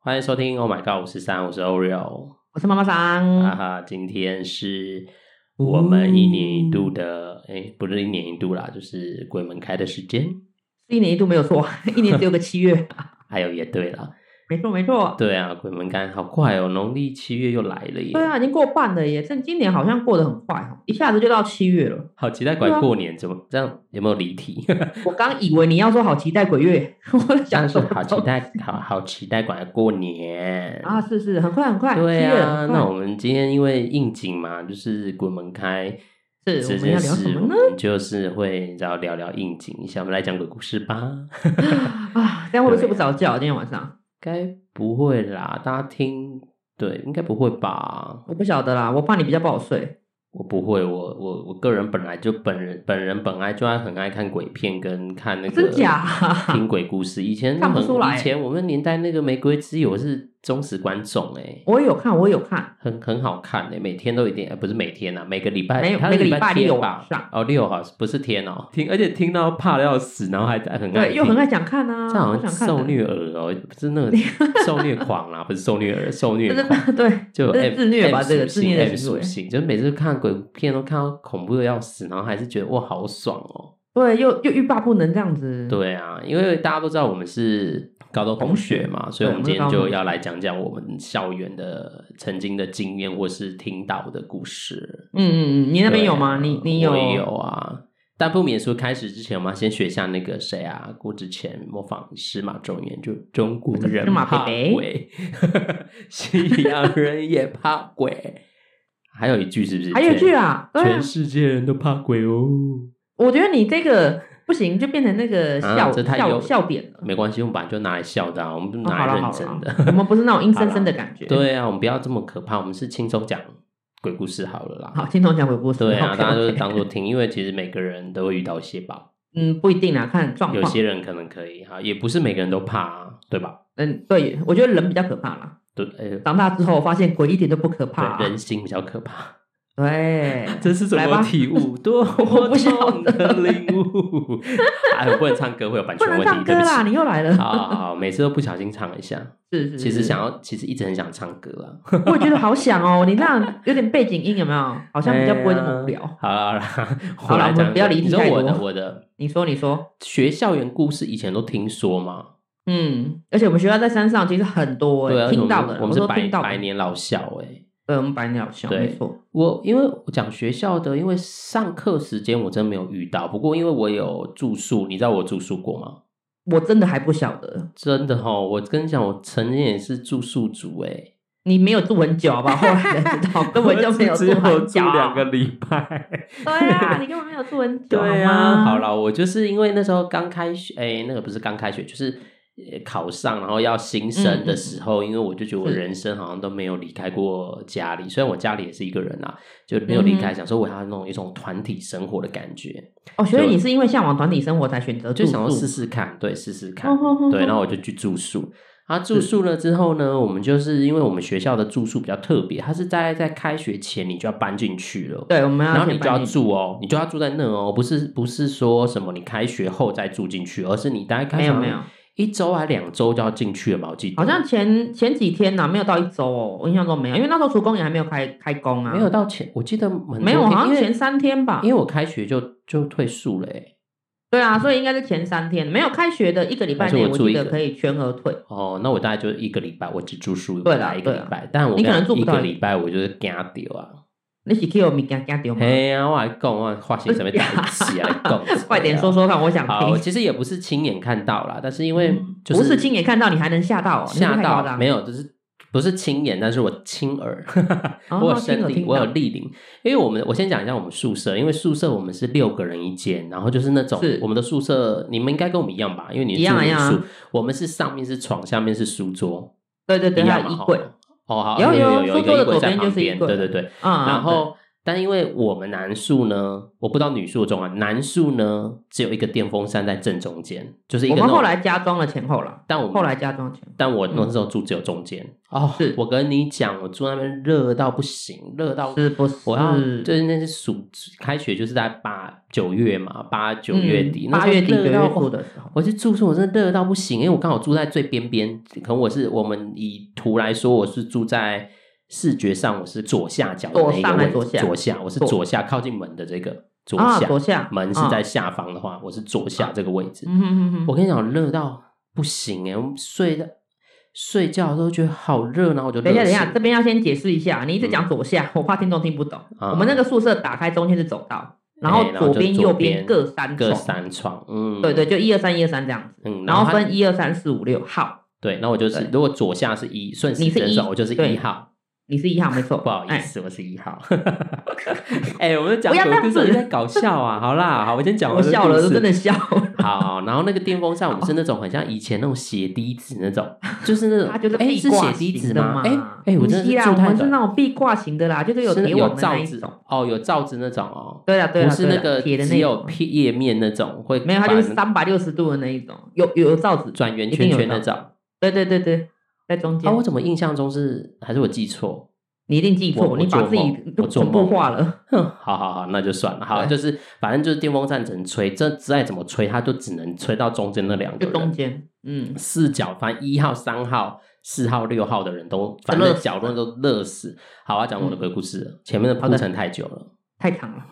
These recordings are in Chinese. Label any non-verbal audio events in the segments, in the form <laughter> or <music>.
欢迎收听 Oh My God 五十三，我是 Oreo，我是妈妈桑。哈哈，今天是我们一年一度的，嗯哎、不是一年一度啦，就是鬼门开的时间，一年一度没有错， <laughs> 一年只有个七月，还有也对啦，没错没错。对啊，鬼门开好快哦，农历七月又来了耶，对啊，已经过半了耶，但今年好像过得很快哦，一下子就到七月了。好期待鬼对啊过年，怎么这样有没有离 <laughs> 题？我刚以为你要说好期待鬼月， <laughs> 我在但想是说好期待，好好期待鬼过年啊，是是，很快很快，对七月啊，很快那我们今天因为应景嘛，就是鬼门开是这我们要件聊什事，么我呢？们就是会你知道聊聊应景一下，我们来讲鬼故事 <laughs> 吧。啊，这样会不会睡不着觉？今天晚上该不会啦，大家听对，应该不会吧？我不晓得啦，我怕你比较不好睡。我不会，我我我个人本来就本人本人本来就爱很爱看鬼片跟看那个真假 <laughs> 听鬼故事。以前看不很出来以前我们年代那个《玫瑰之夜》，我是忠实观众哎、我也有看，我也有看，很很好看诶、每天都一定，呃不是每天啊，每个礼拜没有它每个礼礼拜天六吧晚上哦六好不是天 <laughs> 哦，听而且听到怕的要死，然后还很爱对，又很听爱想看啊，这好我像想看的受虐儿哦，不是 <laughs> 那个受虐狂啦，不是受虐儿，受虐这是 <laughs> 狂对，就这是 M, 自虐吧 M 这个属自虐性的 M 行属为性，就是每次看鬼片都看到恐怖的要死，然后还是觉得哇好爽哦。对，又又欲罢不能这样子。对啊，因为大家都知道我们是高中同学嘛，所以我们今天就要来讲讲我们校园的曾经的经验或是听到的故事。嗯嗯嗯，你那对边有啊吗？你你有我也有啊。但不免说，开始之前我们要先学一下那个谁啊，郭之前模仿司马中原，就中国人司马怕北北鬼， <laughs> 西洋人也怕鬼。还有一句是不是？还有全剧啊，对啊全，世界人都怕鬼哦。我觉得你这个不行，就变成那个啊笑、这太有笑笑点了。没关系，我们本来就拿来笑的、啊，我们不哦好拿来了认好真了，的。我们不是那种阴森森的感 <laughs> 觉。，对啊，我们不要这么可怕，我们是轻松讲鬼故事好了啦。好，听童讲鬼故事。啊对啊， <laughs> OK，OK 大家就是当做听，因为其实每个人都会遇到一些吧。嗯，不一定啊，看 <laughs> 状有况。些人可能可以哈，也不是每个人都怕、啊，对吧？嗯，对，我觉得人比较可怕啦。对，呃、长大之后发现鬼一点都不可怕、啊对人心比较可 <laughs> 怕，对， <laughs> 这是什来么吧体 <laughs> 悟？多我不晓痛的领悟！ <laughs> 哎，我不能唱歌，会有版 <laughs> 不权能问题，唱歌对不啦，起。你又来了。好好好，每次都不小心唱一下。 <laughs> 是是，其实是想，要，其实一直很想唱歌啦。我也觉得好想哦。你这样有点背景音有没有？好好像比较不会那么无 <laughs> 聊。哎好了好了，好啦来我们讲。不要离你题说太我的多我的你说，你说，学校园故事以前都听说嘛，嗯，而且我们学校在山上，其实很多、对，欸，而且我听到们的，我们都是听百到百的，年老校哎。对，我们百鸟校，对没错。我因为我讲学校的，因为上课时间我真没有遇到，不过因为我有住宿，你知道我住宿过吗？我真的还不晓得，真的哦，我跟你讲，我曾经也是住宿欸组诶，你没有住很久好吧？后来才知道，根本就没 <laughs> 有只有很住久。啊两个礼拜。对啊，你根本没有住很久。对呀，啊， <laughs> 好，了，我就是因为那时候刚开学，哎，那个不是刚开学，就是呃考上，然后要新生的时候，因为我就觉得我是人生好像都没有离开过家里，虽然我家里也是一个人啊，就没有离开，嗯哼想说我要那种一种团体生活的感觉。哦，所以就你是因为向往团体生活才选择就住想要宿试试看，对，试试看哦哦哦，哦对，然后我就去住宿。啊，住宿了之后呢，我们就是因为我们学校的住宿比较特别，它是在在开学前你就要搬进去了，，对，我们要然后你先就要搬进住哦，你就要住在那哦，不是不是说什么你开学后再住进去，而是你大概开没有学没有，一周还两周就要进去了吧？我记得好像前前几天呐、没有到一周哦，我印象中没有，因为那时候厨工也还没有开开工啊，没有到前，我记得很多没有，天好像因为前三天吧因。为我开学就就退宿了、欸，对啊，所以应该是前三天，没有开学的一个礼拜还是我内，我住记一得个可以全额退。哦，那我大概就一个礼拜，我只住宿对啦来一个对礼啦拜，但我你跟可能讲住不一个到礼拜我就是惊掉啊。你是 Q 米加加丢吗？嘿呀、我还讲我发生什么代志 <laughs> 啊？你讲一下快点说。说看，我想好，我听。其实也不是亲眼看到啦，但是因为嗯就是不是亲眼看到，你还能吓到、哦？你是不吓是太夸到张没有，就是不是亲眼，但是我亲耳，哦我有亲身耳体，听我有到力龄。因为我们我先讲一下我们宿舍，因为宿舍我们是六个人一间，然后就是那种是我们的宿舍，你们应该跟我们一样吧？因为你是一样住啊民一样啊宿，我们是上面是床，下面是书桌，对对对，一还样有嘛衣吼柜，哦，好，有有有有一书桌个衣的柜左在边就旁是衣边，柜对对对。啊，然后但因为我们男宿呢，我不知道女宿的状况，男宿呢只有一个电风扇在正中间，就是一我个们那种后来加装了前后了，但我们后来加装前后，但我那时候住只有中间、哦是我跟你讲，我住那边热到不行，热到是不是？我要嗯就是那是暑开学就是在八九月嘛，八九月底，那嗯八时候月底九热到月哇初的时候，我去住宿，我真的热到不行，因为我刚好住在最边边，可能我是我们以图来说，我是住在视觉上我是左下角的那一哦左上还个是位置，左下左下，我是左左下靠近门的这个左啊，下，左下门是啊在下方的话，我是左下这个位置。嗯哼哼哼，我跟你讲，热到不行哎、我们睡的睡觉的时候觉得好热，然后我就等一下，热等一下，醒这边要先解释一下，你一直讲左下， <laughs> 我怕听众听不懂。嗯啊我们那个宿舍打开中间是走道，然哎后然后就左边、左右边边各三各床，三床，嗯，对对，就一二三、一二三这样子，嗯，然后它后分一二三四五六号，对，那我就是对如果左下是一，顺时你是针一走，我就是对一号。你是一号没错，不好意哎，思，我是一号。 <laughs> 哎、我们讲不要鬼这样故事，你子在搞笑啊！ <laughs> 好啦，好，我先讲我这个笑了，故事真的笑了，好好然后那个电风扇，我们是那种很像以前那种血滴子那 <laughs> 种，就是那种，它就是哎、壁是挂血滴型子的吗嘛？？哎哎、我不真的是啦，住我太们是短那，种壁挂型的啦，就是有是铁有网的那罩一子种，哦，有罩子那种哦，对啦啊对啦，不是对那啦个铁的只那有种，片页面那种会没有，它就是把三百六十度的那一种，有有有罩子，转圆一定圈有圈那罩子种。对对对对，在中啊，间我，怎么印象中是还是我记错？你一定记我错，我你把做自己梦我都做恐怖梦化了。哼，嗯好好好，那就算了。好，对就是反正就是电风扇只能吹，这再怎么吹，它就只能吹到中间那两个就中人。间，嗯，四角，反正一号、三号、四号、六号的人都，反热正死嗯角落都热死。好，我要讲我的鬼故事了，前面的铺好的陈太久了，太长 <laughs> 了，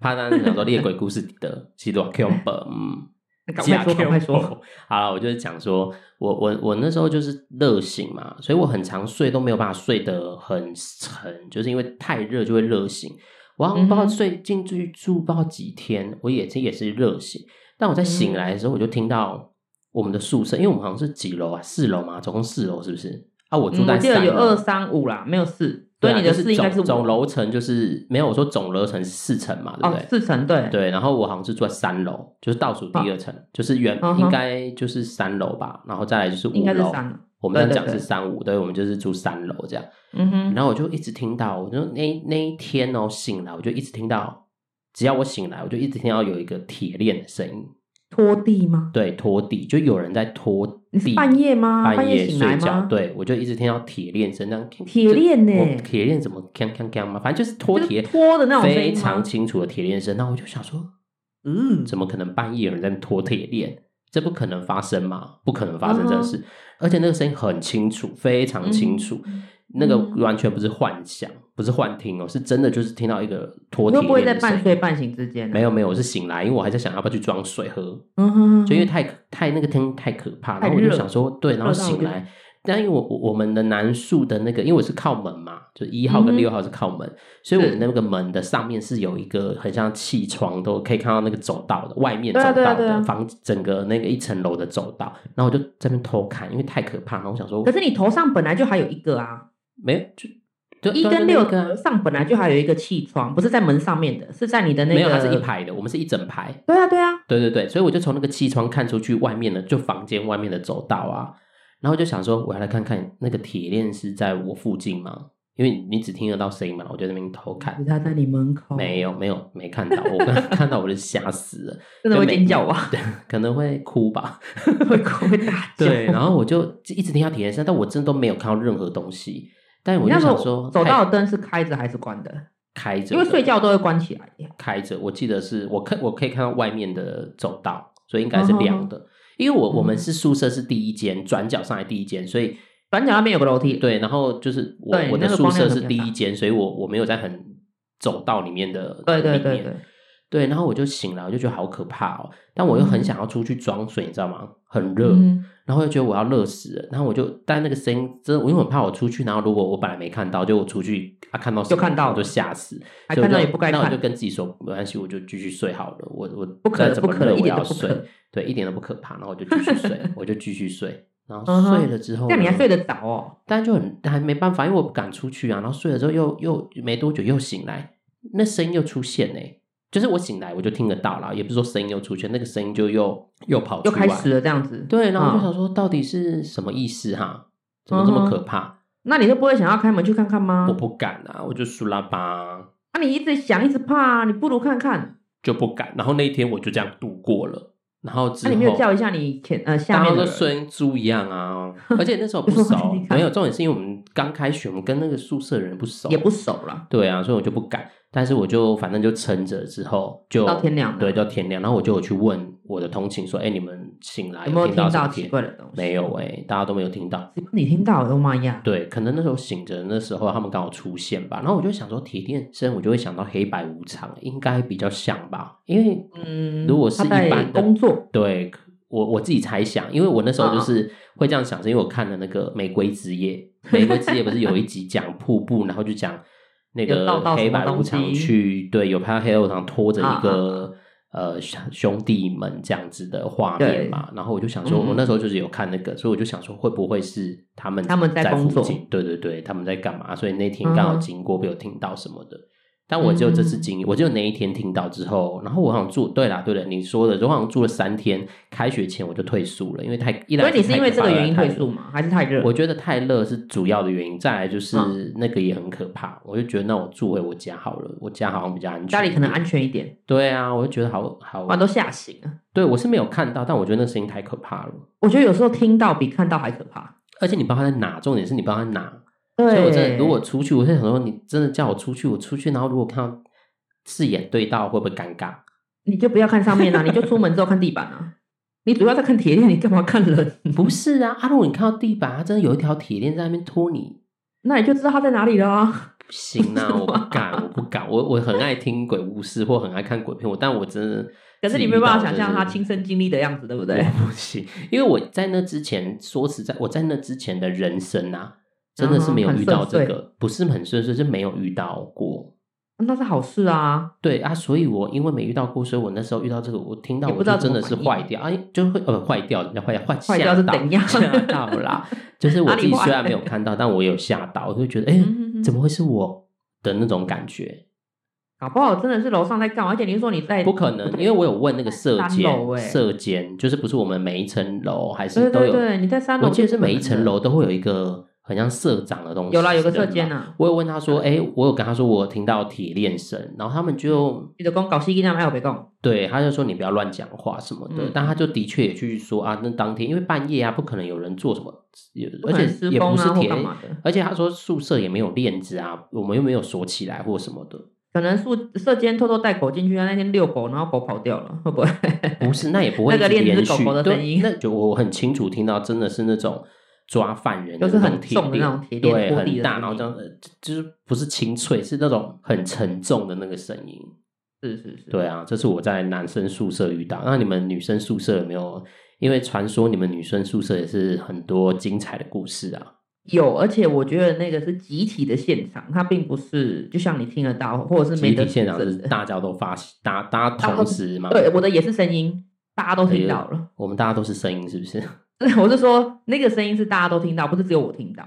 怕大家想说猎鬼故事的是多 Q 本，嗯。那赶快说，赶快说。。好了，我就是讲说，我我我那时候就是热醒嘛，所以我很常睡都没有办法睡得很沉，就是因为太热就会热醒。我好像不知道嗯哼睡进去住不知道几天，我眼睛也是热醒。但我在嗯醒来的时候，我就听到我们的宿舍，因为我们好像是几楼啊，四楼嘛，总共四楼是不是？啊，我住嗯我在记得三有楼。二三五啦，没有四，所对以啊，你的就四应该是总五总楼层就是没有，我说总楼层是四层嘛，对不哦对，？四层对，对，然后我好像是住在三楼，就是倒数第二层，就是原、嗯哼应该就是三楼吧，然后再来就是五应该是楼。三。我们刚对对讲是对三五，对，我们就是住三楼这样。嗯哼，然后我就一直听到，我就那那一天哦醒来，我就一直听到，只要我醒来，我就一直听到有一个铁链的声音，拖地吗？对，拖地，就有人在拖你地是，半夜吗？半夜醒来睡觉，吗？，对我就一直听到铁链声，这样铁链呢我铁链怎么锵锵锵嘛，反正就是拖就是铁，拖的那种声音吗非常清楚的铁链声。那我就想说，嗯，怎么可能半夜有人在那边拖铁链？这不可能发生嘛？不可能发嗯生这件事。而且那个声音很清楚，非常清嗯楚，那个完全不是幻想，不是幻听哦，是真的，就是听到一个拖你铁会不会链的在声半音。睡半醒之间？啊没，有没有，我是醒来，因为我还在想要不要去装水喝，嗯哼，就因为太太那个听太可怕，然后我太就热想说，对，然后热到我醒就来，但因为我我我们的南树的那个，因为我是靠门嘛，就一号跟嗯哼六号是靠门，所以我是们那个门的上面是有一个很像气窗，都可以看到那个走道的外面走对啊对啊道对啊的房整个那个一层楼的走道，然后我就在那边偷看，因为太可怕，然后我想说可是你头上本来就还有一个啊，没有就就一就跟那六个啊头上本来就还有一个气窗，不是在门上面的，是在你的那个。没有，它是一。排的，我们是一整排，对啊，对啊，对对对，所以我就从那个气窗看出去外面的，就房间外面的走道啊，然后就想说，我要来看看那个铁链是在我附近吗？因为你只听得到声音嘛，我就在那边偷看是，他在你门口。没有没有 <laughs> 没看到，我刚刚看到我就吓死了，真的会就每尖叫吧？对，可能会哭吧， <laughs> 会哭会大叫。对，然后我就一直听到铁链声，但我真的都没有看到任何东西，但我你就那时想候说，走太道的灯是开着还是关的？开着因的，为睡觉都会关起来耶。开着，我记得是我看我可以看到外面的走道，所以应该是哦亮的。因为我我们嗯是宿舍是第一间，转角上来第一间，所以转角那边有个楼梯，对，然后就是我对我的那个宿光舍亮是很第大一间，所以我我没有在很走道里面的对对里对面对，对然后我就醒来，我就觉得好可怕哦，但我又很嗯想要出去装水，你知道吗？很热，嗯然后又觉得我要热死了，然后我就，但那个声音真的，我因为我很怕我出去，然后如果我本来没看到，就我出去啊看到什么就看到了我就吓死，还所以我看到就也不该那我看就跟自己说没关系，我就继续睡好了，我我不可再怎不么可热我一点要都不可睡，对，一点都不可怕，然后我就继续睡， <laughs> 我就继续睡，然后嗯哼睡了之后，这样你还睡得着哦？但就很还没办法，因为我不敢出去啊。然后睡了之后又又没多久又醒来，那声音又出现呢、欸就是我醒来我就听得到啦，也不是说声音又出现，那个声音就又又跑出又来，开始了这样子。哦对，然后我就嗯想说到底是什么意思哈、怎么这么可怕？嗯那你就不会想要开门去看看吗我？不敢啊，我就苏拉巴。啊，你一直想，一直怕，啊你不如看看。就不敢。然后那一天我就这样度过了。然后之后，那、啊你没有叫一下你前呃下当面然的跟人孙猪一样啊，而且那时候 <laughs> 不熟你，看没有重点是因为我们刚开学，我们跟那个宿舍的人不熟，也不熟了，对啊，所以我就不敢。但是我就反正就撑着，之后就到天亮了对，到天亮。然后我就有去问我的同情说：“哎、你们醒来有没有听听到什到么奇天？怪的东西？没有哎、大家都没有听到。你听到了？Oh my god！对，可能那时候醒着，那时候他们刚好出现吧。然后我就想说，铁链声我就会想到黑白无常，应该比较像吧，因为嗯，如果是他一在般的工作，对我我自己猜想，因为我那时候嗯就是会这样想，是因为我看了那个《玫瑰之夜》，《玫瑰之夜》不是有一集讲瀑布，然后就讲那有道个道什么黑白无东西常去，对，有拍到黑白无常拖着一个啊。呃，兄弟们这样子的画面嘛，然后我就想说，嗯嗯我那时候就是有看那个，所以我就想说，会不会是他们他们在在工附作近？对对对，他们在干嘛？所以那天刚好嗯哼经过，被我听到什么的。但我只有这嗯次经历，我只有那一天听到之后，然后我好像住，对啦，对的，你说的，我好像住了三天，开学前我就退宿了，因为太一来所以你是因为这个原因退宿宿？吗？还是太热？嗯我觉得太热是主要的原因，再来就是那个也很可怕，我就觉得那我住回我家好了，我家好像比较安全，家里可能安全一点，对啊，我就觉得好好不，然都吓醒了。对我是没有看到，但我觉得那声音太可怕了，我觉得有时候听到比看到还可怕。而且你不知道它在哪，重点是你不知道它在哪，对，所以我真的如果出去，我就想说你真的叫我出去，我出去，然后如果看到视野对到会不会尴尬？你就不要看上面啊，你就出门之后看地板啊。 <laughs> 你主要在看铁链，你干嘛看人？不是啊，阿如果你看到地板，它真的有一条铁链在那边拖你，那你就知道他在哪里了啊。不行啊， <laughs> 是吗我不敢，我不敢，我我很爱听鬼故事或很爱看鬼片，我但我真的可是你没有办法想象他亲身经历的样子，对不自己遇对到真？的是不行，因为我在那之前，说实在，我在那之前的人生啊，真的是没有嗯哼遇到嗯很这顺遂个，不是很顺遂，是没有遇到过。那是好事啊。对啊，所以我因为没遇到过，所以我那时候遇到这个，我听到也我不知道就真的是怎么坏反掉，哎，就会呃坏掉，人家坏掉，坏坏掉吓是到怎样吓到啦，就是我哪里自己坏虽然没有看到，但我有吓到，我就觉得哎，嗯嗯嗯怎么会是我的那种感觉？搞不好真的是楼上在干嘛，而且你说你在不可能，因为我有问那个社三楼监，哎社监就是不是我们每一层楼还是对都对有？对，你在三楼，我记得是每一层楼都会有一个很像社长的东西，有啦，有个是吗射啊嗯间。呐。我有问他说，哎，我有跟他说我有听到铁链声，然后他们就你的公搞西吉那还有别讲，对，他就说你不要乱讲话什么的，嗯但他就的确也去说啊，那当天因为半夜啊，不可能有人做什么，也而可能且施也工不是啊或铁干链，嘛的，而且他说宿舍也没有链子啊，我们又没有锁起来或什么 <laughs> 的，可能宿射间偷偷带狗进去，啊他那天遛狗，然后狗跑掉了，会不会？ <laughs> 不是，那也不会那个一直链子连是狗续狗的声对音那就我很清楚听到，真的是那种抓犯人的就是那种很铁重的链那种铁链对，拖地很的大，声然后这样音呃就是不是清脆，是那种很沉重的那个声音。是是是，对啊，这是我在男生宿舍遇到。那你们女生宿舍有没有？因为传说你们女生宿舍也是很多精彩的故事啊。有，而且我觉得那个是集体的现场，它并不是就像你听得到，或者是没集得体现场是指证大家都发，大大家同时嘛。对，我的也是声音，大家都哎听到了。我们大家都是声音，是不是？ <laughs> 我是说那个声音是大家都听到，不是只有我听到。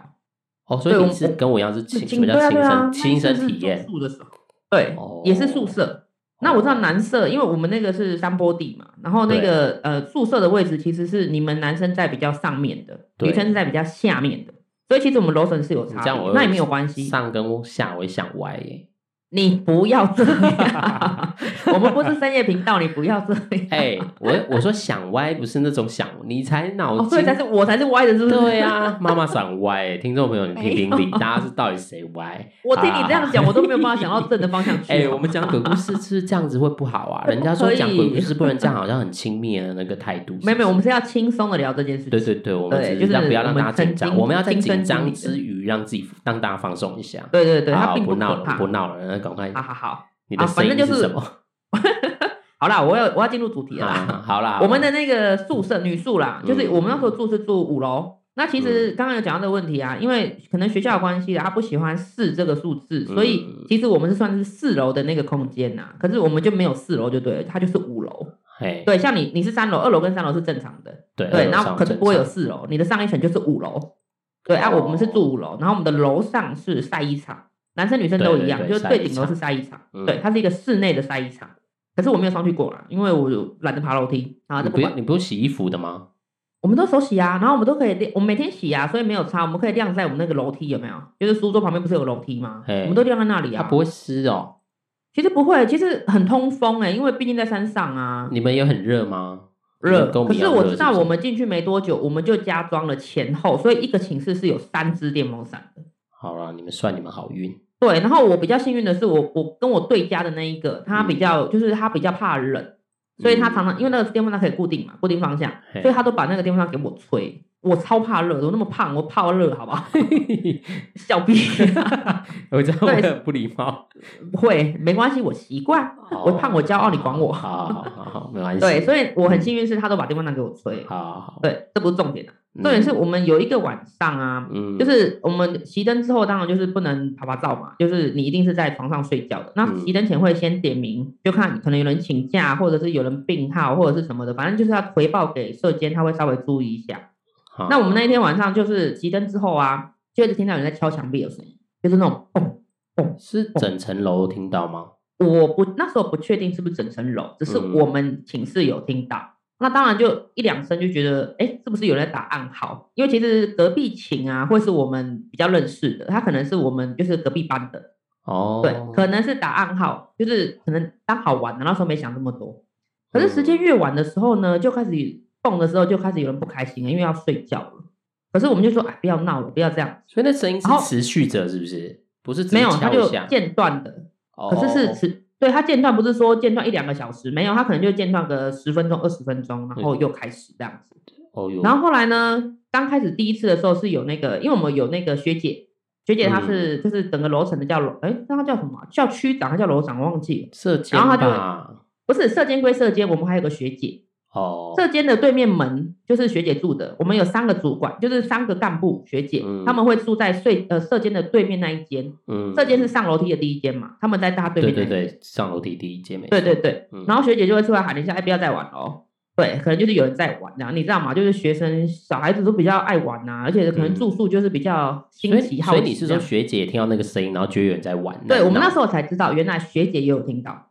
哦，所以对我你们是跟我一样是亲，什么对叫啊亲对啊身亲那一次身是体验住？宿的时候，对，哦也是宿舍。那我知道男舍，因为我们那个是山坡地嘛，然后那个呃宿舍的位置其实是你们男生在比较上面的，对女生是在比较下面的，所以其实我们楼层是有你差这样别我的，那也没有关系。上跟下我也想歪耶。你不要这样，我们不是深夜频道，你不要这样。哎，我我说想歪不是那种想，你才脑哦，所筋以才是我才是歪的，是不是？对啊，妈妈想歪，听众朋友你评评理，没有大家是到底谁歪？我听你这样讲，啊我都没有办法想到正的方向去。啊哎、我们讲鬼故事是这样子会不好 <laughs> 啊？人家说讲鬼故事不能这样，好像很轻蔑的那个态度。没有没有，我是们是要轻松的聊这件事情。不是对对对，我们对只是让就是不要让我们大家紧曾张，经我们要在亲身紧张经历之余让自己让大家放松一下。对对对，好它并啊不闹可了，怕。不闹了，那赶快好，好好， <laughs> 你的啊声反音正就是什 <laughs> 么？好啦，我要我要进入主题了啦。啊 <laughs> 好啦，我们的那个宿舍女宿啦，嗯就是我们那时候住是住五楼。那其实刚刚有讲到这个问题啊，因为可能学校的关系啊，他不喜欢四这个数字，所以嗯其实我们是算是四楼的那个空间呐、可是我们就没有四楼就对了，它就是五楼。哎对，像你你是三楼，二楼跟三楼是正常的，对对，然后可能不会有上四楼，你的上一层就是五楼。对啊，哦我们是住五楼，然后我们的楼上是晒衣场，男生女生都一样，对对对就是最顶楼是晒衣场，嗯对，它是一个室内的晒衣场。可是我没有上去过啦，因为我懒得爬楼梯，然后你就不不管。你不用洗衣服的吗？我们都手洗啊，然后我们都可以晾，我们每天洗啊，所以没有差，我们可以晾在我们那个楼梯有没有？就是书桌旁边不是有个楼梯吗？嘿我们都晾在那里它啊。不会湿哦。其实不会，其实很通风哎、因为毕竟在山上啊，你们也很热吗？热。跟我可们一是样我热知道不我们进去没多久，我们就加装了前后，所以一个寝室是有三支电风扇的。好啦，你们算你们好运，对，然后我比较幸运的是我，我跟我对家的那一个，他比嗯较、就是他比较怕冷，所以他常常、嗯因为那个电风扇可以固定嘛，固定方向，嘿所以他都把那个电风扇给我吹。我超怕热的，我那么胖，我怕热好不 <laughs> 好？小 <laughs> 逼、 <laughs> 我这样会对很不礼貌。不会没关系，我习惯，我好胖我骄傲，你管我。好好好好，没关系。对，所以以我很幸运是他都把电风扇给我吹。嗯好好好，对，这不是重点啊，嗯重点是我们有一个晚上啊，嗯，就是我们熄灯之后，当然就是不能爬爬照嘛，就是你一定是在床上睡觉的。那嗯熄灯前会先点名，就看可能有人请假，或者是有人病号，或者是什么的，反正就是要回报给社监，他会稍微注意一下。好那我们那一天晚上就是熄灯之后啊，就一直听到有人在敲墙壁的声音，就是那种砰是整层楼听到吗？我不那时候不确定是不是整层楼，只是嗯我们寝室有听到。那当然就一两声就觉得，哎，是不是有人在打暗号？因为其实隔壁寝啊，会是我们比较认识的，他可能是我们就是隔壁班的，哦，对，可能是打暗号，就是可能当好玩的，那时候没想这么多。可是时嗯间越晚的时候呢，就开始动的时候就开始有人不开心了，因为要睡觉了。可是我们就说，哎，不要闹了，不要这样，所以那声音是然后持续着，是不是？不是只是没有他敲就一下，间断的，哦可是是持对他间断，不是说间断一两个小时，没有，他可能就间断个十分钟、二十分钟，然后又开始这样子。哦哟，然后后来呢，刚开始第一次的时候是有那个，因为我们有那个学姐，学姐她嗯是、就是整个楼层的叫楼，哎，那她叫什么啊？叫区长还叫楼长？我忘记了。射箭然后他就吧，不是社监归社监，我们还有个学姐，哦，社监的对面门就是学姐住的。我们有三个主管，就是三个干部学姐，嗯他们会住在睡呃社监的对面那一间，嗯社监是上楼梯的第一间嘛，他们在大对对面那对一间对，上楼梯第一间没对错对，对，嗯然后学姐就会出来喊一下，哎，不要再玩了哦。对，可能就是有人在玩然后你知道吗？就是学生小孩子都比较爱玩呐、而且可能嗯住宿就是比较所新以奇好所奇以你是这说样学姐也听到那个声音，然后觉得有人在玩？对我们那候时候才知道，原来学姐也有听到。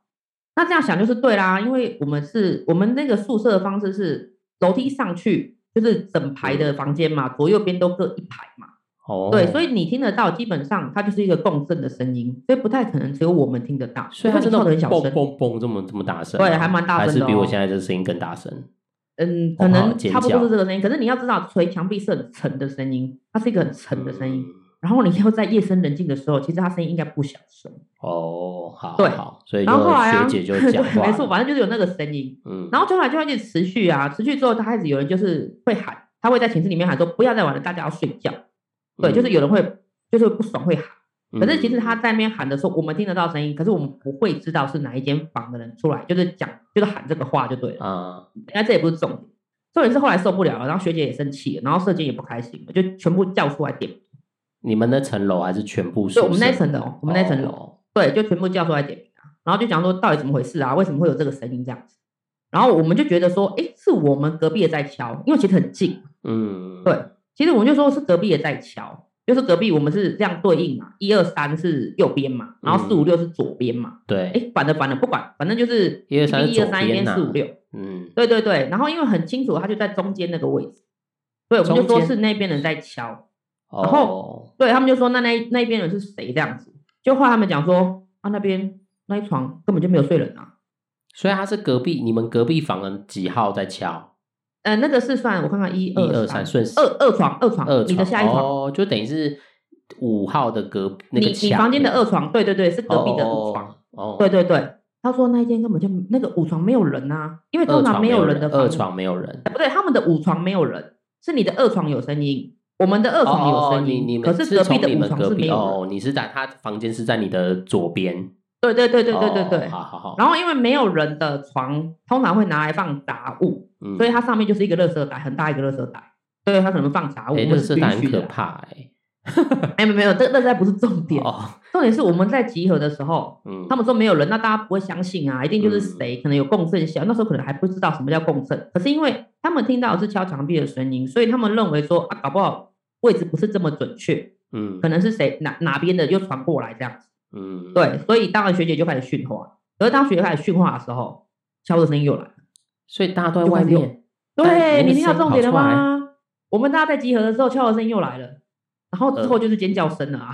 那这样想就是对啦，因为我们是我们那个宿舍的方式是楼梯上去，就是整排的房间嘛，左右边都各一排嘛。哦，对，所以你听得到，基本上它就是一个共振的声音，所以不太可能只有我们听得到。所以它是真的跳得很小蹦声，蹦蹦这么这么大声啊，对还蛮大声的还是比我哦现在这声音更大声。嗯，哦好可能尖差不叫多是这个声音。可是你要知道，捶墙壁是很沉的声音，它是一个很沉的声音。嗯然后你要在夜深人静的时候，其实它声音应该不小声。哦，好，对好，所以就然后后来啊，学姐就对讲话， <laughs> 没错，，反正就是有那个声音。嗯，然后就后来就一直持续啊，持续之后，他开始有人就是会喊，他会在寝室里面喊说：“不要再玩了，大家要睡觉。”对，就是有人会就是不爽会喊。嗯，可是其嗯实他在那边喊的时候，我们听得到声音，可是我们不会知道是哪一间房的人出来，就是讲就是喊这个话就对了。啊，那这也不是重点，重点是后来受不了了，然后学姐也生气了，然后社监也不开心了，就全部叫出来点名，你们那层楼还是全部宿舍？对我们那一层的哦我们那一层楼哦对，就全部叫出来点名啊，然后就讲说到底怎么回事啊，为什么会有这个声音这样子？然后我们就觉得说，诶，是我们隔壁的在敲，因为其实很近，嗯，对其实我们就说是隔壁的在敲，就是隔壁我们是这样对应嘛，一二三是右边嘛，然后四嗯五六是左边嘛，对，诶，反正反正不管，反正就是一二三一是二左三一边边呐四五六，嗯，对对对，然后因为很清楚，他就在中间那个位置，对，我们就中说间是那边人在敲。哦，然后对他们就说那那那一边人是谁这样子，就后来他们讲说啊那边那一床根本就没有睡人啊，所以他是隔壁，你们隔壁房的几号在敲？呃那个是算我看看一一二三，三顺势二二床二床二你的床下一床，哦，就等于是五号的隔那个你你墙房间的那二个床，对对对是隔壁的二床，哦，哦对，对对，他说那一间根本就那个五床没有人啊，因为二通常床没有人的房二间床没有人，哎不对，他们的五床没有人，是你的二床有声音。我们的二床有哦，声你音，你们可是隔壁从的你五们床隔是没壁有人。哦，你是在他房间是在你的左边，对对对对对对哦对。好好好，然后因为没有人的床，通常会拿来放杂物，嗯所以它上面就是一个垃圾袋，很大一个垃圾袋。对，它可能放杂物，哎，那我们个是色必胆很须的可啦。怕哎，哎，没有没有，这个垃圾袋不是重点，哦，重点是我们在集合的时候，嗯，他们说没有人，那大家不会相信啊，一定就是嗯谁、可能有共振效，那时候可能还不知道什么叫共振，可是因为他们听到的是敲墙壁的声音，所以他们认为说啊，搞不好位置不是这么准确，嗯可能是谁哪哪边的又传过来这样子。嗯，对，所以当然学姐就开始训话，可是当学姐开始训话的时候，敲的声音又来了。所以大家都在就外开始有面，但对，你那你个听到声音重跑点了出来吗？我们大家在集合的时候，敲的声音又来了，然后之呃后就是尖叫声了啊！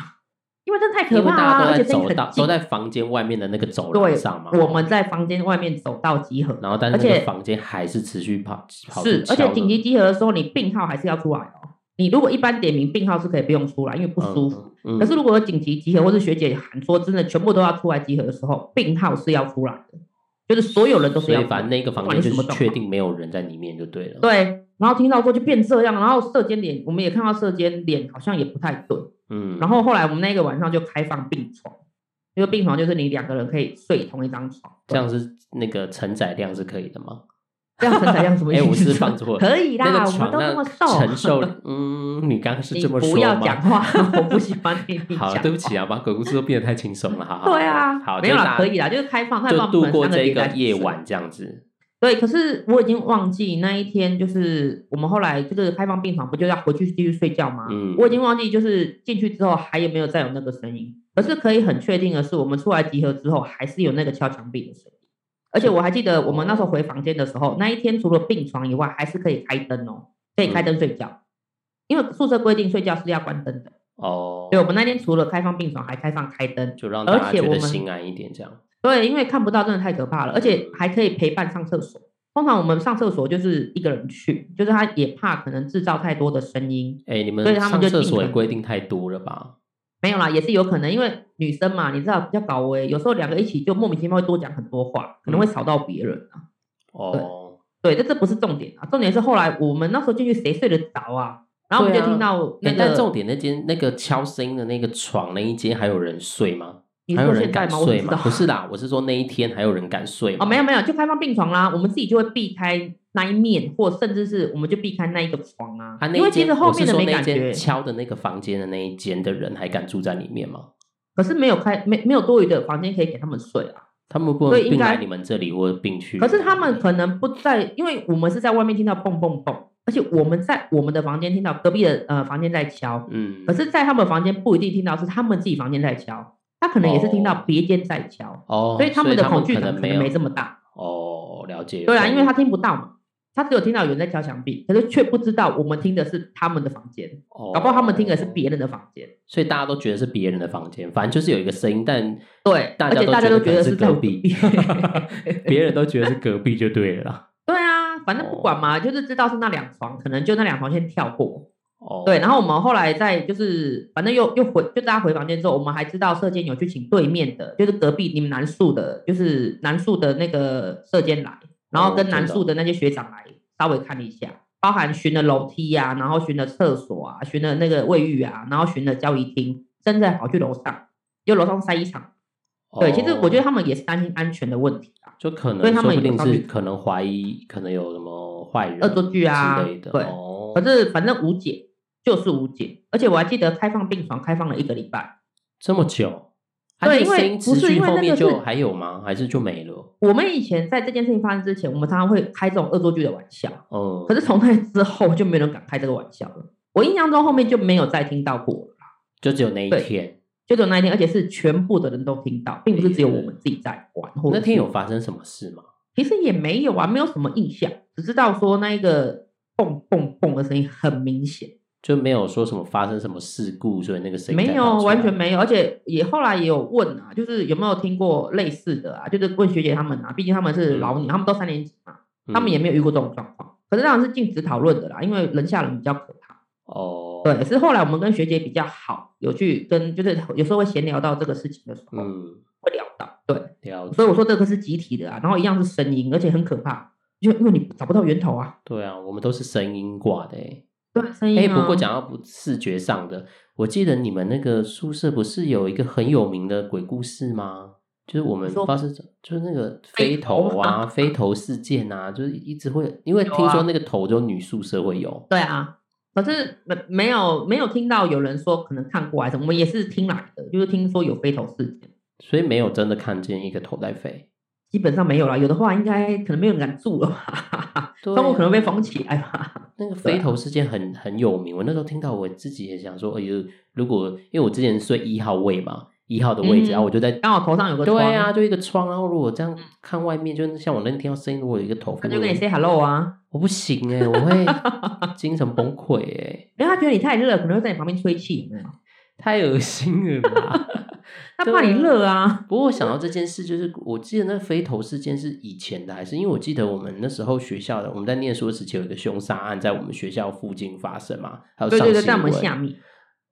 因为这太可因为怕了、大家而都且在声音走很道，近都在房间外面的那个走廊上嘛。对，我们在房间外面走道集合，然后但是而那且个房间还是持续跑跑是，去而且敲紧的嗯急集合的时候，你病号还是要出来哦。你如果一般点名病号是可以不用出来，因为不舒服。。嗯嗯可是如果有紧急集合，或是学姐喊说真的全部都要出来集合的时候，病号是要出来的，就是所有人都是所要以出来反正那个房管间就你什么是状确况定没有人在里面就对了。，对。然后听到之后就变这样，然后射监脸，我们也看到射监脸好像也不太对。嗯，然后后来我们那个晚上就开放病床，因为病床就是你两个人可以睡同一张床，这样是那个承载量是可以的吗？这样承载量什么意哎， <laughs> 思？我是放错了。可以啦，那啊个我们床都那那么瘦，承 <laughs> 受，嗯，你刚刚是你这么说不要吗讲话，我不喜欢听你讲 <laughs> 好话。，对不起啊，把鬼故事都变得太轻松了，好好。哦对啊，好，没有就啦，大可以啦，就是开放，开就放度门过三个这礼个拜夜是晚这样子。对，可是我已经忘记那一天，就是我们后来就是开放病房，不就要回去继续睡觉吗？嗯我已经忘记就是进去之后还有没有再有那个声音。可是可以很确定的是，我们出来集合之后还是有那个敲墙壁的声音。而且我还记得我们那时候回房间的时候，那一天除了病床以外，还是可以开灯哦，可以开灯睡觉，因为宿舍规定睡觉是要关灯的。哦，对，我们那天除了开放病床，还开放开灯，就让而大家且觉我得们心安一点，这样。对，因为看不到真的太可怕了，而且还可以陪伴上厕所。通常我们上厕所就是一个人去，就是他也怕可能制造太多的声音，哎，你们所以他们上就厕尽所可也能规定太多了吧？没有啦，也是有可能，因为女生嘛，你知道比较搞维，有时候两个一起就莫名其妙会多讲很多话，可能会嗯吵到别人啊。哦，对，但这不是重点啊，重点是后来我们那时候进去谁睡得着啊？然后我们对就啊听到那哎，但个重点那间那个敲声音的那个床那一间还有人睡吗？你还说有现人在敢吗？我不睡知道吗？不是啦，我是说那一天还有人敢睡吗？哦，没有没有，就开放病床啦，我们自己就会避开那一面，或甚至是我们就避开那一个床啊，啊，那因为一其实间后我是面的说没那感一觉间。敲的那个房间的那一间的人还敢住在里面吗？可是没有开没没有多余的房间可以给他们睡啊。他们不对能应并来该你们这里或者并去。可是他们可能不在，因为我们是在外面听到蹦蹦蹦，而且我们在我们的房间听到隔壁的呃房间在敲，嗯，可是在他们房间不一定听到是他们自己房间在敲，他可能也是听到哦别间在敲，哦，所以他们的恐惧可感能可没能有没这么大。哦，了解。对啊，因为他听不到嘛，他只有听到有人在敲墙壁，可是却不知道我们听的是他们的房间，搞搞不好他们听的是别人的房间。哦所以大家都觉得是别人的房间，反正就是有一个声音， <laughs> 但对，大而家且都大家都觉觉得可得能是是在隔我隔壁壁 <laughs> 别人都觉得是隔壁就对了啦。对啊，反正不管嘛，就是知道是那两床，可能就那两床先跳过。 <laughs> 哦，对，然后我们后来再就是，反正又又回，就大家回房间之后，我们还知道射箭有去请对面的，就是隔壁你们南宿的，就是南宿的那个射箭来，然后哦跟真南的宿的那些学长来稍微看一下，包含巡了楼梯啊，然后巡了厕所啊，巡了那个卫浴啊，然后巡了交易厅，甚至还跑去楼上，就楼上晒衣场。哦对，其实我觉得他们也是担心安全的问题啊。就可能，所以他们说不有定上去是可能怀疑，可能有什么坏人、恶作剧啊之类的。对哦可是反正无解，就是无解。而且我还记得开放病床开放了一个礼拜，这么久，对啊那个因为声音不持是续因为后那面个就是还有吗？还是就没了？我们以前在这件事情发生之前，我们常常会开这种恶作剧的玩笑，嗯，可是从那之后就没有人敢开这个玩笑了。我印象中后面就没有再听到过了，就只有那一对天。就只有那一天，而且是全部的人都听到，并不是只有我们自己在玩。或者那天是有，发生什么事吗？其实也没有啊，没有什么印象，只知道说那一个蹦蹦蹦的声音很明显。就没有说什么发生什么事故，所以那个声音没才跑有，出完来全没有，而且也后来也有问啊，就是有没有听过类似的啊？就是问学姐他们啊，毕竟他们是老女，他们都三年级嘛，他们也嗯没有遇过这种状况。可是当然是禁止讨论的啦，因为人吓人比较可怕。哦，对，是后来我们跟学姐比较好，有去跟就是有时候会闲聊到这个事情的时候，嗯，会聊到。对，了解。所以我说这个是集体的啊，然后一样是声音，而且很可怕，就因为你找不到源头啊。对啊，我们都是声音挂的欸对啊，声音、哎、啊。不过讲到不视觉上的，我记得你们那个宿舍不是有一个很有名的鬼故事吗？就是我们你说发生就是那个飞飞头头啊、飞头事件啊，就是一直会，因为有听啊说那个头就女宿舍会有，对啊，可是没没有没有听到有人说可能看过还是什么，我们也是听来的，就是听说有飞头事件，所以没有真的看见一个头在飞。基本上没有啦。有的话，应该可能没有人敢住了吧，对窗户啊可能被封起来吧。那个对啊飞头事件很很有名，我那时候听到我自己也想说，哎呦，如果因为我之前睡一号位嘛，一号的位置，嗯然后我就在刚好头上有个对窗，啊，就一个窗，然后如果这样看外面，就是像我那天听到声音，如果有一个头嗯他发，就跟你 say hello 啊。我不行 <laughs> 哎、我会精神崩溃哎、因为他觉得你太热，可能会在你旁边吹气，有没有？太恶心了啦。 <laughs> 他怕你热啊，不过我想到这件事，就是我记得那飞头事件是以前的，还是因为我记得我们那时候学校的，我们在念书时期有一个凶杀案在我们学校附近发生嘛，还有对上对新对，闻。在我们下面，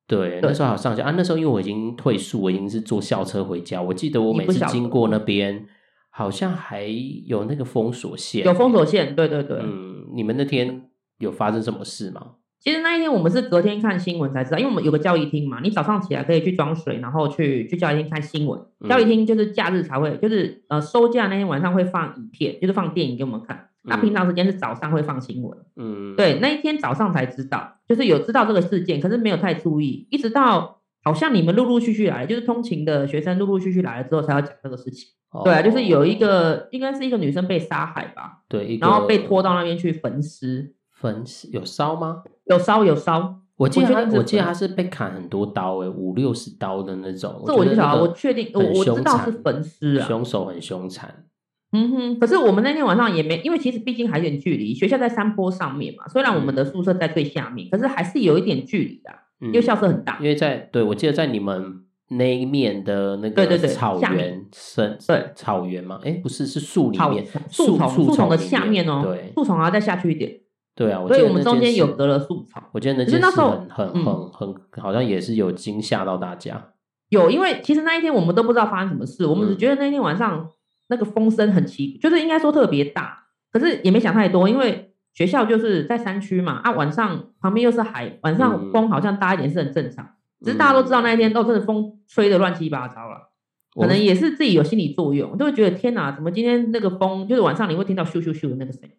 对，那时候好上下啊，那时候因为我已经退宿，我已经是坐校车回家。我记得我你每不次晓得经过那边，好像还有那个封锁线，有封。锁线，对对对。嗯，你们那天有发生什么事吗？其实那一天我们是隔天看新闻才知道，因为我们有个教育厅嘛，你早上起来可以去装水，然后去去教育厅看新闻。嗯教育厅就是假日才会，就是呃收假那天晚上会放影片，就是放电影给我们看。那嗯平常时间是早上会放新闻，嗯，，对，那一天早上才知道，就是有知道这个事件，可是没有太注意，一直到好像你们陆陆续续来，就是通勤的学生陆陆续续来了之后才要讲这个事情。对啊，就是有一个应该是一个女生被杀害吧，对，一个然后被拖到那边去焚尸，焚尸有烧吗？有烧有烧，我记得我觉得他，是我记得焚他是被砍很多刀、欸，五六十刀的那种。这我觉就得晓那得，我个确定我很我知凶道是残焚尸啊。凶手很凶残。嗯哼，可是我们那天晚上也没，因为其实毕竟还有点距离，学校在山坡上面嘛，虽然我们的宿舍在最下面，可是还是有一点距离的啊，嗯因为校舍很大因。为在对我记得在你们那一面的那对个对对草下面原深对草原嘛，哎不是是树里草面树丛树树丛的里下面哦对树丛还要再下去一点，对啊，我所以记我得们那中件间有事隔了树丛。我记得那可是件那事时候很很嗯很很好像也是有惊吓到大家，有，因为其实那一天我们都不知道发生什么事，我们只嗯觉得那天晚上那个风声很奇，就是应该说特别大，可是也没想太多，因为学校就是在山区嘛，啊，晚上旁边又是海，晚上嗯风好像大一点是很正常。只是大家都知道那一天都真的风吹的乱七八糟了，我可们能也是自己有心理作用，就会觉得天哪，怎么今天那个风就是晚上你会听到咻咻咻的那个声音，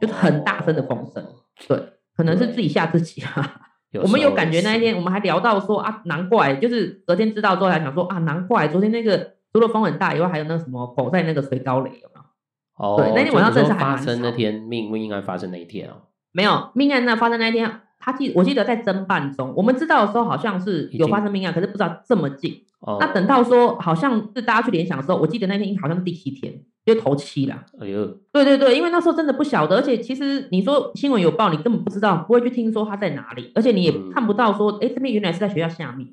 就是很大声的风声，哦可能是对自己吓自己啊。 <laughs> 我时们有候感觉那一是天，我们还聊到说啊，难怪，就是隔天知道之后才想说啊，难怪昨天那个除了风很大以外，还有那个什么狗在那个吹高雷有没有？哦，对那天就晚你上真说是还发蛮生那吵天命运应该发生那一天哦，没有命案那发生那一天，他记我记得在侦办中，我们知道的时候好像是已有经发生命案，可是不知道这么近。哦那等到说好像是大家去联想的时候，我记得那天好像是第七天，就头七啦。哎呦对对对，因为那时候真的不晓得，而且其实你说新闻有报，你根本不知道，不会去听说他在哪里，而且你也嗯看不到说，哎、这边原来是在学校下面，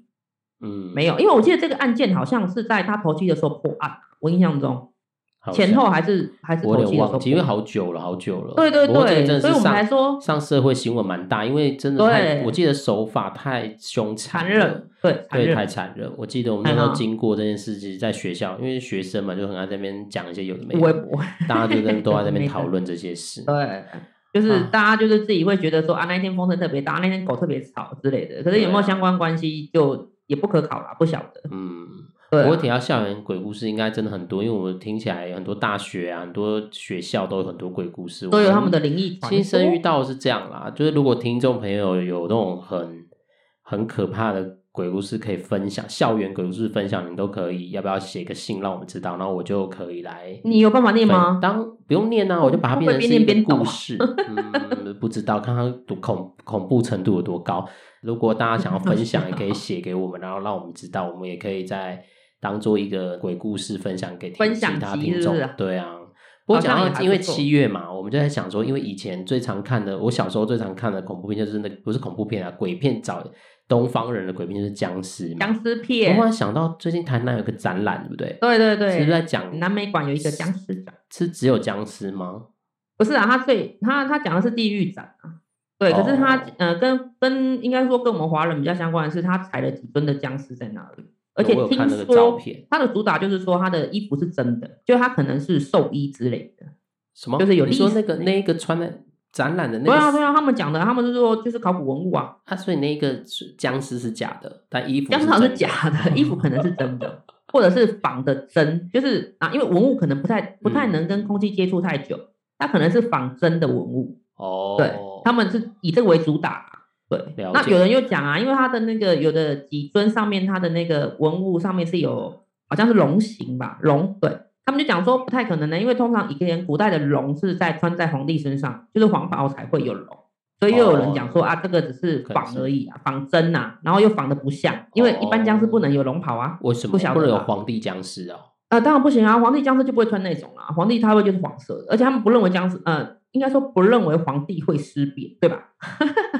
嗯没有，因为我记得这个案件好像是在他头七的时候破案，啊我印象中好前像后还是还是我头有七点的时候忘记，因为破案。好久了，好久了。对对不过这个对真的所以是我们上才说上社会新闻蛮大，因为真的太，对我记得手法太凶残残了忍，，对，残对，太忍，残忍。我记得我们那哎时候呀经过这件事，其实在学校，因为学生嘛，就很爱在那边讲一些有的没微的，博，大家就 <laughs> 跟都在那没呃边得讨论这些事。对，就是啊大家就是自己会觉得说啊，那一天风声特别大，那天狗特别吵之类的，可是有没对有啊相关关系就也不可考啦，不晓得。嗯，对、不过啊，提到校园鬼故事，应该真的很多，因为我听起来很多大学啊，很多学校都有很多鬼故事，都有我他们的灵异嗯传亲身遇说。到是这样啦，就是如果听众朋友有那种很很可怕的鬼故事可以分享，校园鬼故事分享，你都可以，要不要写个信让我们知道，然后我就可以来。你有办法念吗？当不用念啊，我就把它会不变会成是边一个念边抖啊故事。嗯， <laughs> 不知道看它多恐恐怖程度有多高。如果大家想要分享，也可以写给我们，然后让我们知道，我们也可以再当做一个鬼故事分享给听分享其他集听是众不是啊。对啊，不过好像讲也到还因为不错七月嘛，我们就在想说，因为以前最常看的，我小时候最常看的恐怖片就是那不是恐怖片啊，鬼片找东方人的鬼片就是僵尸嘛。僵尸我片忽，然想到，最近台南有个展览，对不对？对对是不是对，在讲南美馆有一个僵尸展，是只有僵尸吗？不是啊，他最他他讲的是地狱展啊。对，可是他、哦呃跟跟应该说跟我们华人比较相关的是，他踩了几尊的僵尸在那里，而有且我有听看那个照说片，他的主打就是说他的衣服是真的，就他可能是兽医之类的。什么？就是有你历说史那个那一个穿的展览的那对个，啊对啊，他们讲的，他们是说就是考古文物啊，啊所以那个是僵尸是假的，但衣服僵尸好像是真的假的，衣服可能是真的，或者是仿的真，就是啊，因为文物可能不太不太嗯能跟空气接触太久，它可能是仿真的文物。哦。对，他们是以这个为主打。对，了那解有人又讲啊，因为它的那个有的几尊上面，它的那个文物上面是有好像是龙形吧，龙对。他们就讲说不太可能的，因为通常一个人古代的龙是在穿在皇帝身上，就是黄袍才会有龙，所以又有人讲说、啊，这个只是哦可能仿是哦而已啊，仿真呐、啊，然后又仿的不像，因为一般僵尸不能有龙袍啊，为什么不晓得不能有吧皇帝僵 <laughs> 尸哦？啊呃，当然不行啊，皇帝僵尸就不会穿那种啦，皇帝他会就是黄色的，而且他们不认为僵尸，呃，应该说不认为皇帝会尸变，对吧？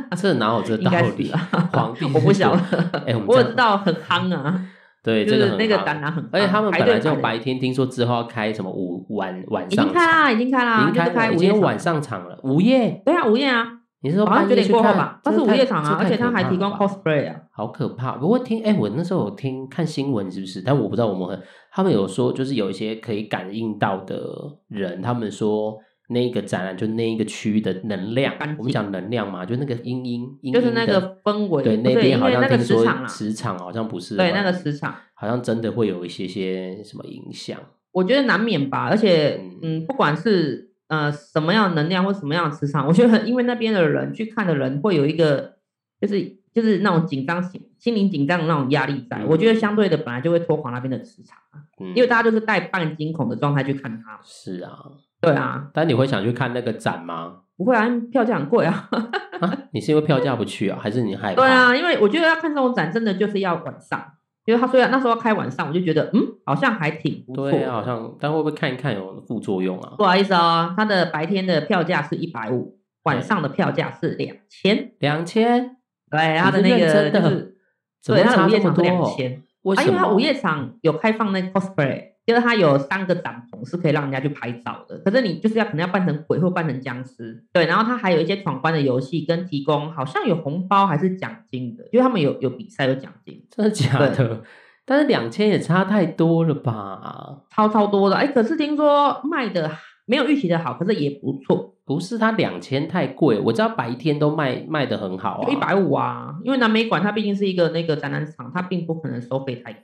啊这哪有这应道该理是？啊皇帝 <laughs> 我不晓得， <laughs> 哎，我们我这知道很夯啊，对就这是很那个夯展览很啊夯，而且他们排本队来就排得白天听说之后要开什么午晚晚已上经开场，啦，已经开啦，已经就开是开了，已午夜经场晚上场了，午夜。对啊，午夜啊，你是说好像半夜九点去过后看吧，这它是午太夜场这啊，太而且它可还怕提了供吧 cosplay 啊，好可怕！不过听哎、我那时候有听看新闻，是不是？但我不知道我们很，他们有说，就是有一些可以感应到的人，他们说那一个展览就那一个区域的能量干，净我们讲能量嘛，就那个阴阴阴就是阴那的个氛围，对，那对，边因好为像那个听磁说场啊，磁场好像不是对，吧那个磁场，好像真的会有一些些什么影响。我觉得难免吧，而且嗯嗯，不管是呃什么样的能量或什么样的磁场，我觉得因为那边的人去看的人会有一个就是就是那种紧张心心灵紧张的那种压力在，嗯我觉得相对的本来就会拖垮那边的磁场啊，嗯，因为大家就是带半惊恐的状态去看它，是啊，对啊，但你会想去看那个展吗？不会啊，因为票价很贵啊， <laughs> 啊，你是因为票价不去啊，还是你害怕？对，啊，因为我觉得要看这种展真的就是要晚上。因为他虽然那时候要开晚上，我就觉得嗯，好像还挺不错。对啊，好像但会不会看一看有副作用啊？不好意思哦，它的白天的票价是一百五，晚对上的票价是两千。两千。对，你它是的那认个真就的是，怎对，么它差的午这夜么场是多？哦两千为啊，什因为它么？午夜场有开放那 cosplay，就是它有三个帐篷是可以让人家去拍照的，可是你就是要可能要扮成鬼或扮成僵尸，对，然后它还有一些闯关的游戏跟提供好像有红包还是奖金的，因为他们有有比赛有奖金，真的假的？但是两千也差太多了吧？超超多的，哎，可是听说卖的没有预期的好，可是也不错，不是，它两千太贵。我知道白天都卖卖的很好啊，就一百五啊，因为南美馆它毕竟是一个那个展览场，它并不可能收费太高，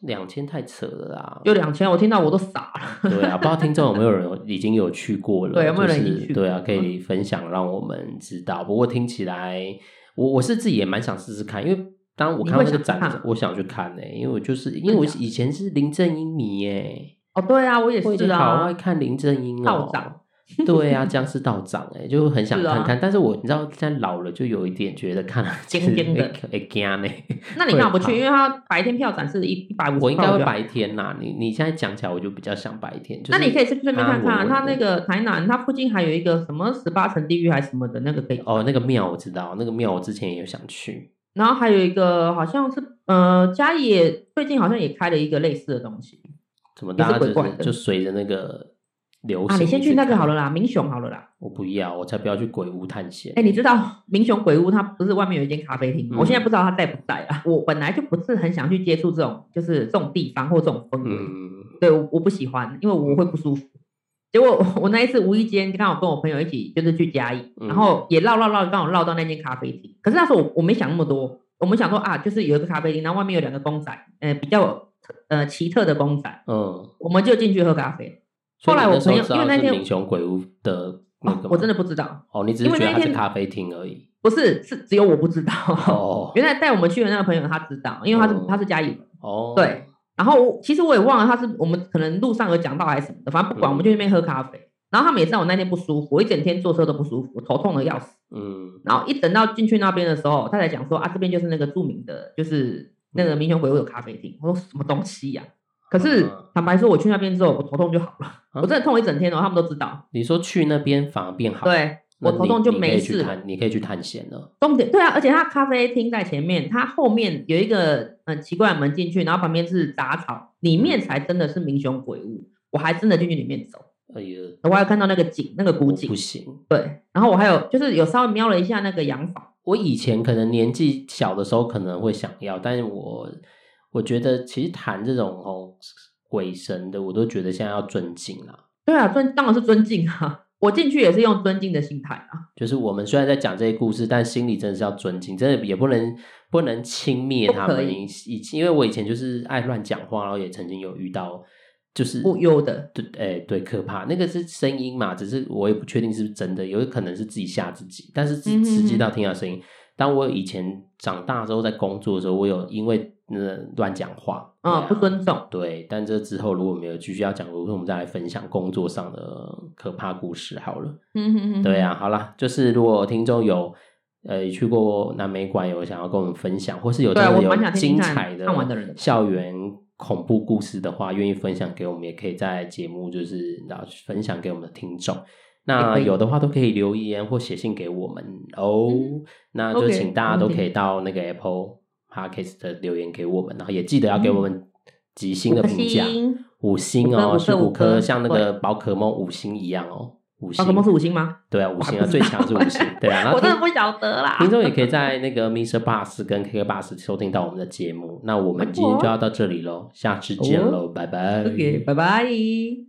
两千太扯了啦。就两千，啊我听到我都傻了。对啊，不知道听众有没有人已经有去过了？ <laughs> 对有没有人已经就是去过嗯对啊，可以分享让我们知道。不过听起来，我我是自己也蛮想试试看，因为当我看到你会这个展的想看时候，我想去看呢、因为我就是因为我真以前是林正英迷耶、哦，对啊，我也我以是前好爱啊，看林正英哦，道长 <laughs> 对啊，僵尸道长哎、就很想是啊看看。但是我你知道，现在老了就有一点觉得看 <laughs> 了惊就是惊的会会惊 <laughs> 呢。那你会干嘛不怕去？因为它白天票展是一一百五十，我应该会。白天啦，你你现在讲起来，我就比较想白天。就是、那你可以去顺便看看安啊，稳它稳那的个台南，它附近还有一个什么十八层地狱还是什么的那个可以，哦，那个庙我知道，那个庙我之前也有想去。然后还有一个好像是呃，嘉义也最近好像也开了一个类似的东西怎么也是大家就鬼怪是的就随着那个流行啊，你先去那个看好了，啦，民雄好了啦。我不要，我才不要去鬼屋探险。哎，你知道民雄鬼屋它不是外面有一间咖啡厅吗？嗯我现在不知道它在不在啊。我本来就不是很想去接触这种就是这种地方或这种氛围，嗯，对，我我不喜欢，因为我会不舒服。结果我我那一次无意间刚好跟我朋友一起就是去嘉义，嗯然后也绕绕绕，刚好绕到那间咖啡厅。可是那时候我我没想那么多，我们想说啊，就是有一个咖啡厅，然后外面有两个公仔，呃，比较呃奇特的公仔，嗯。我们就进去喝咖啡。后来所以你那时我朋友候知因道为那是天民雄鬼屋的那哦个吗、我真的不知道，哦，你只是因觉为得那它是天咖啡厅而已。不是是只有我不知道。哦原来带我们去的那个朋友他知道，因为他是、哦他是嘉义人。哦，对，然后我其实我也忘了他是我们可能路上有讲到还是什么的，反正不管，嗯我们就去那边喝咖啡。然后他们也知道我那天不舒服，我一整天坐车都不舒服，我头痛的要死。嗯，然后一等到进去那边的时候，他才讲说啊，这边就是那个著名的，就是那个民雄鬼屋有咖啡厅。我说什么东西呀、可是嗯啊坦白说，我去那边之后，我头痛就好了。我真的痛一整天哦，他们都知道。你说去那边反而变好，，对我头痛就没你可以去事了。探，你可以去探险了。重点对啊，而且它咖啡厅在前面，它后面有一个很奇怪的门进去，然后旁边是杂草，里面才真的是民雄鬼屋。我还真的进去里面走，哎呀，我还有看到那个景，那个古我景不，行。对。然后我还有就是有稍微瞄了一下那个洋房，我以前可能年纪小的时候可能会想要，但是我我觉得其实谈这种哦鬼神的，我都觉得现在要尊敬啦。对啊，尊当然是尊敬啊，我进去也是用尊敬的心态啊，就是我们虽然在讲这些故事，但心里真的是要尊敬，真的也不能不能轻蔑不他可们。以以以因为我以前就是爱乱讲话，然后也曾经有遇到，就是不优的，对，哎、对，可怕，那个是声音嘛，只是我也不确定是不是真的，有可能是自己吓自己，但是实嗯哼实际哼到听到声音。当我以前长大之后在工作的时候，我有因为呃乱讲话，对嗯，啊不尊重。对，但这之后如果没有继续要讲，我们再来分享工作上的可怕故事好了。嗯哼哼，对啊呀、好啦，就是如果听众有呃去过南美馆，有想要跟我们分享，或是有对啊真的我蛮有想听听精看彩的看完的人校园恐怖故事的话，愿意分享给我们，也可以在节目就是然后分享给我们的听众。那可以有的话都可以留言或写信给我们哦。嗯那就 OK，请大家没都问题可以到那个 Apple Podcast 的留言给我们，然后也记得要给我们几星的嗯五颗评价，星五星五颗哦，五是颗五五颗颗，像那个宝可梦五星一样哦，五星。宝可梦是五星吗？ <laughs> 对啊，五星啊，我不知最道强是五星，对啊。然后我真的听不晓得啦。听众也可以在那个 Mr. Bus 跟 KK Bus 收听到我们的啊哦节目。那我们今天就要到这里喽，下次见喽，拜拜。 OK，拜拜。